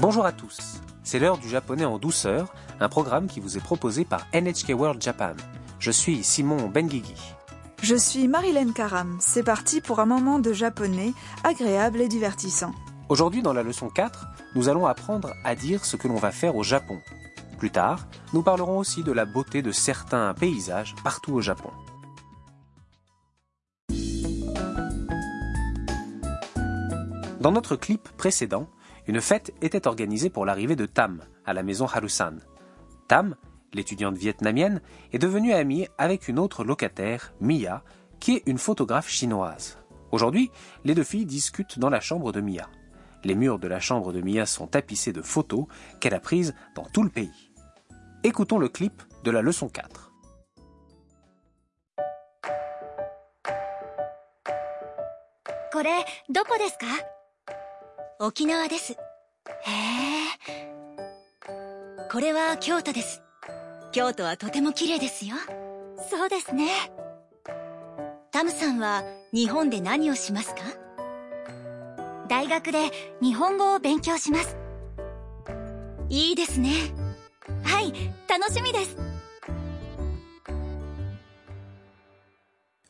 Bonjour à tous, c'est l'heure du japonais en douceur, un programme qui vous est proposé par NHK World Japan. Je suis Simon Benguigui. Je suis Marilyn Karam. C'est parti pour un moment de japonais agréable et divertissant. Aujourd'hui dans la leçon 4, nous allons apprendre à dire ce que l'on va faire au Japon. Plus tard, nous parlerons aussi de la beauté de certains paysages partout au Japon. Dans notre clip précédent, une fête était organisée pour l'arrivée de Tam à la maison Harusan. Tam, l'étudiante vietnamienne, est devenue amie avec une autre locataire, Mia, qui est une photographe chinoise. Aujourd'hui, les deux filles discutent dans la chambre de Mia. Les murs de la chambre de Mia sont tapissés de photos qu'elle a prises dans tout le pays. Écoutons le clip de la leçon 4. これどこですか沖縄ですへえこれは京都です京都はとても綺麗ですよそうですねタムさんは日本で何をしますか大学で日本語を勉強しますいいですねはい楽しみです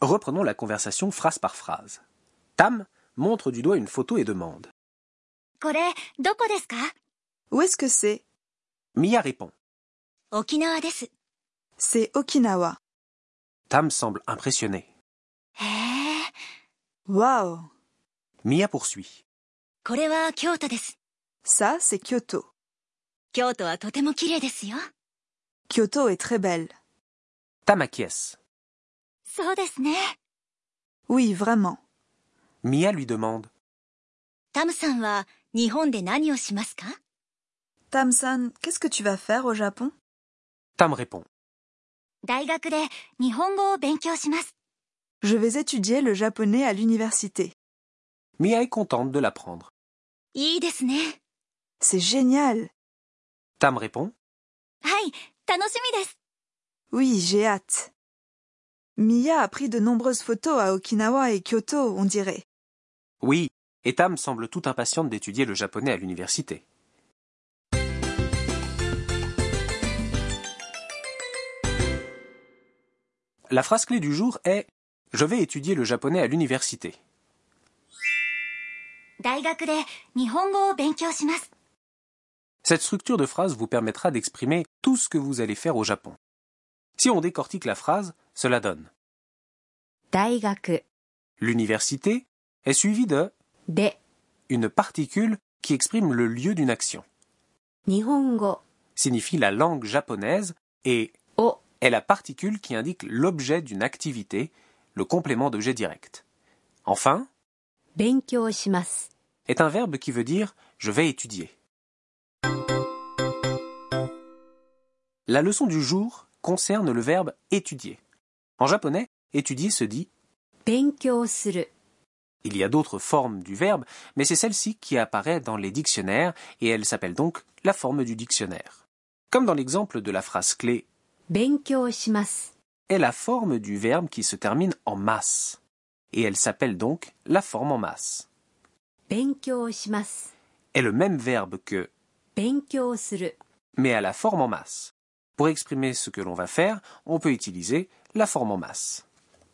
Reprenons la conversation phrase par phrase. Tam montre du doigt une photo et demande. これどこですか Où est-ce que c'est Mia répond. 沖縄ですへ C'est Okinawa. Tam semble impressionnée. え Waouh Mia poursuit. これは京都です Ça, c'est Kyoto. 京都はとても綺麗ですよ Kyoto est très belle. Tam acquiesce. そうですね Oui, vraiment. Mia lui demande. タムさんは日本で何をしますか Tamsan, qu'est-ce que tu vas faire au Japon Tam répond. 大学で日本語を勉強します Je vais étudier le japonais à l'université. Mia est contente de l'apprendre. いいですねは C'est génial Tam répond. い楽しみです Oui, j'ai hâte. Mia a pris de nombreuses photos à Okinawa et Kyoto, on dirait. Oui, et Tam semble tout impatiente d'étudier le japonais à l'université. La phrase clé du jour est Je vais étudier le japonais à l'université. 大学で日本語を勉強します Cette structure de phrase vous permettra d'exprimer tout ce que vous allez faire au Japon. Si on décortique la phrase, cela donne 大学 l'université est suivie de で une particule qui exprime le lieu d'une action, 日本語 signifie la langue japonaise et を est la particule qui indique l'objet d'une activité, le complément d'objet direct. Enfin, 勉強します est un verbe qui veut dire je vais étudier. La leçon du jour concerne le verbe étudier. En japonais, étudier se dit 勉強する il y a d'autres formes du verbe, mais c'est celle-ci qui apparaît dans les dictionnaires et elle s'appelle donc la forme du dictionnaire. Comme dans l'exemple de la phrase clé 勉強します est la forme du verbe qui se termine en masse et elle s'appelle donc la forme en masse. 勉強します Est le même verbe que 勉強する mais à la forme en masse. Pour exprimer ce que l'on va faire, on peut utiliser la forme en masse.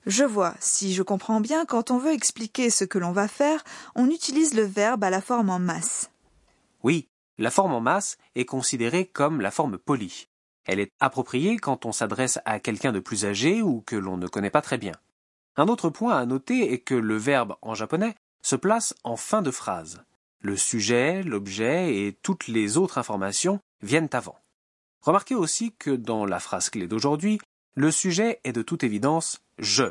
Je vois, si je comprends bien, quand on veut expliquer ce que l'on va faire, on utilise le verbe à la forme en masse. Oui, la forme en masse est considérée comme la forme polie. Elle est appropriée quand on s'adresse à quelqu'un de plus âgé ou que l'on ne connaît pas très bien. Un autre point à noter est que le verbe en japonais se place en fin de phrase. Le sujet, l'objet et toutes les autres informations viennent avant. Remarquez aussi que dans la phrase clé d'aujourd'hui, le sujet est de toute évidence je,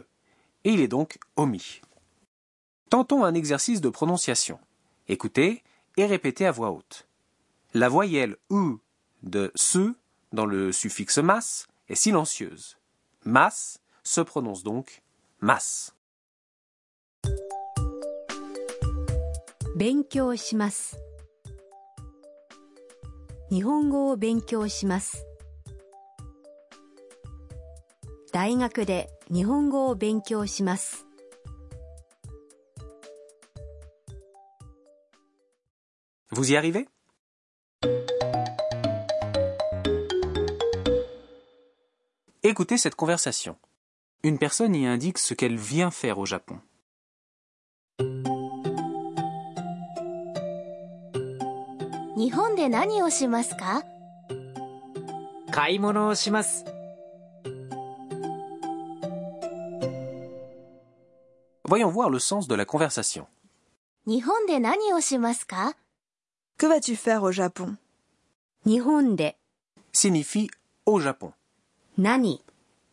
et il est donc omis. Tentons un exercice de prononciation. Écoutez et répétez à voix haute. La voyelle ou de ce dans le suffixe mas est silencieuse. Mas se prononce donc mas. 勉強します日本語を勉強します大学で日本語を勉強します Vous y arrivez Écoutez cette conversation. Une personne y indique ce qu'elle vient faire au Japon. 日本で何をしますか買い物をします。 Voyons voir le sens de la conversation. 日本で何をしますか Que vas-tu faire au Japon 日本で Signifie au Japon 何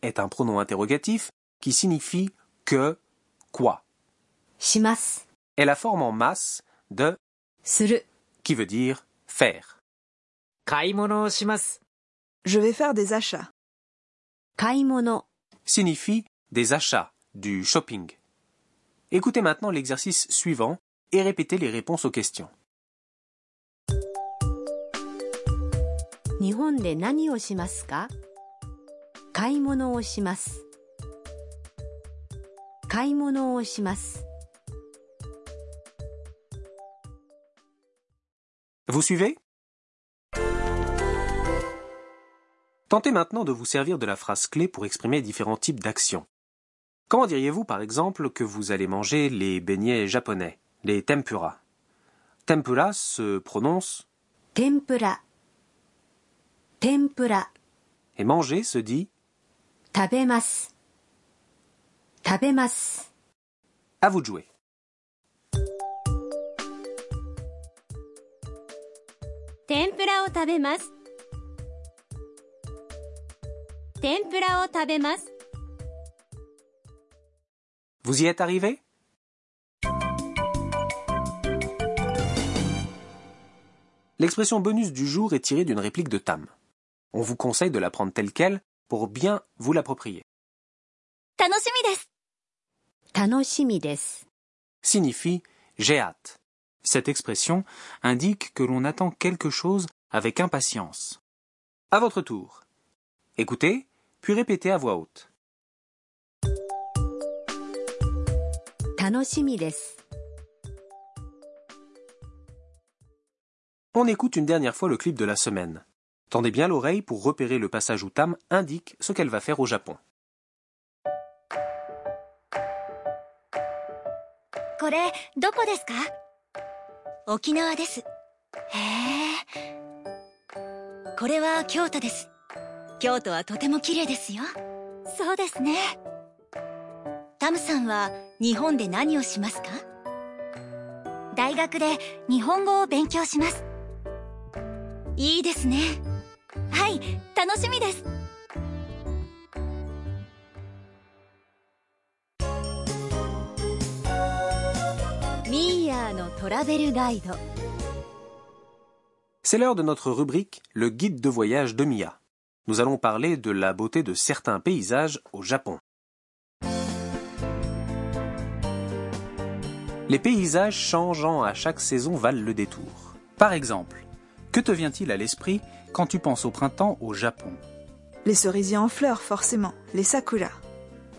est un pronom interrogatif qui signifie que, quoi, します。 est la forme en masse de する。 qui veut dire faire. 買い物をします。 Je vais faire des achats. 買い物。 Signifie des achats, du shopping. Écoutez maintenant l'exercice suivant et répétez les réponses aux questions. 日本で何をしますか買い物をします。買い物をします。 Vous suivez Tentez maintenant de vous servir de la phrase clé pour exprimer différents types d'actions. Comment diriez-vous par exemple que vous allez manger les beignets japonais, les tempura Tempura se prononce 天ぷら。天ぷら。 et manger se dit 食べます。食べます。 à vous de jouer. Vous y êtes arrivé L'expression bonus du jour est tirée d'une réplique de Tam. On vous conseille de la prendre telle qu'elle pour bien vous l'approprier. 楽しみです楽しみです。 Signifie j'ai hâte. Cette expression indique que l'on attend quelque chose avec impatience. À votre tour. Écoutez, puis répétez à voix haute. 楽しみです。 On écoute une dernière fois le clip de la semaine. Tendez bien l'oreille pour repérer le passage où Tam indique ce qu'elle va faire au Japon. これどこですか沖縄ですへえこれは京都です京都はとても綺麗ですよそうですねタムさんは日本で何をしますか大学で日本語を勉強しますいいですねはい楽しみですミーヤーのトラベルガイド C'est l'heure de notre rubrique Le guide de voyage de Mia. Nous allons parler de la beauté de certains paysages au Japon. Les paysages changeant à chaque saison valent le détour. Par exemple, que te vient-il à l'esprit quand tu penses au printemps au Japon Les cerisiers en fleurs, forcément. Les sakura.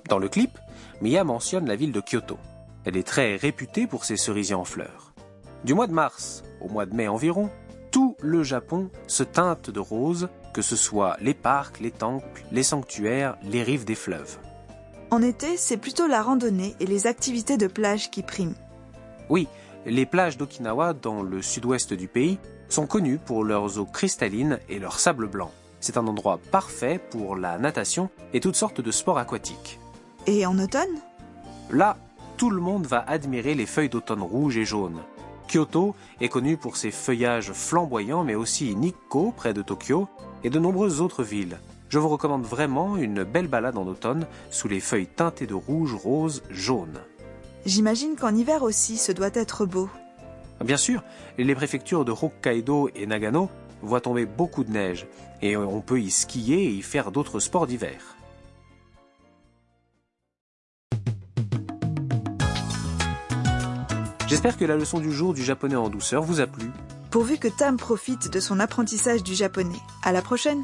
Dans le clip, Mia mentionne la ville de Kyoto. Elle est très réputée pour ses cerisiers en fleurs. Du mois de mars au mois de mai environ, tout le Japon se teinte de rose, que ce soit les parcs, les temples, les sanctuaires, les rives des fleuves. En été, c'est plutôt la randonnée et les activités de plage qui priment. Oui, les plages d'Okinawa dans le sud-ouest du pays sont connues pour leurs eaux cristallines et leur sable blanc. C'est un endroit parfait pour la natation et toutes sortes de sports aquatiques. Et en automne Là, tout le monde va admirer les feuilles d'automne rouges et jaunes. Kyoto est connu pour ses feuillages flamboyants, mais aussi Nikko, près de Tokyo, et de nombreuses autres villes. Je vous recommande vraiment une belle balade en automne sous les feuilles teintées de rouge, rose, jaune. J'imagine qu'en hiver aussi, ce doit être beau. Ah, Bien sûr, les préfectures de Hokkaido et Nagano voient tomber beaucoup de neige, et on peut y skier et y faire d'autres sports d'hiver. J'espère que la leçon du jour du japonais en douceur vous a plu. Pourvu que Tam profite de son apprentissage du japonais. À la prochaine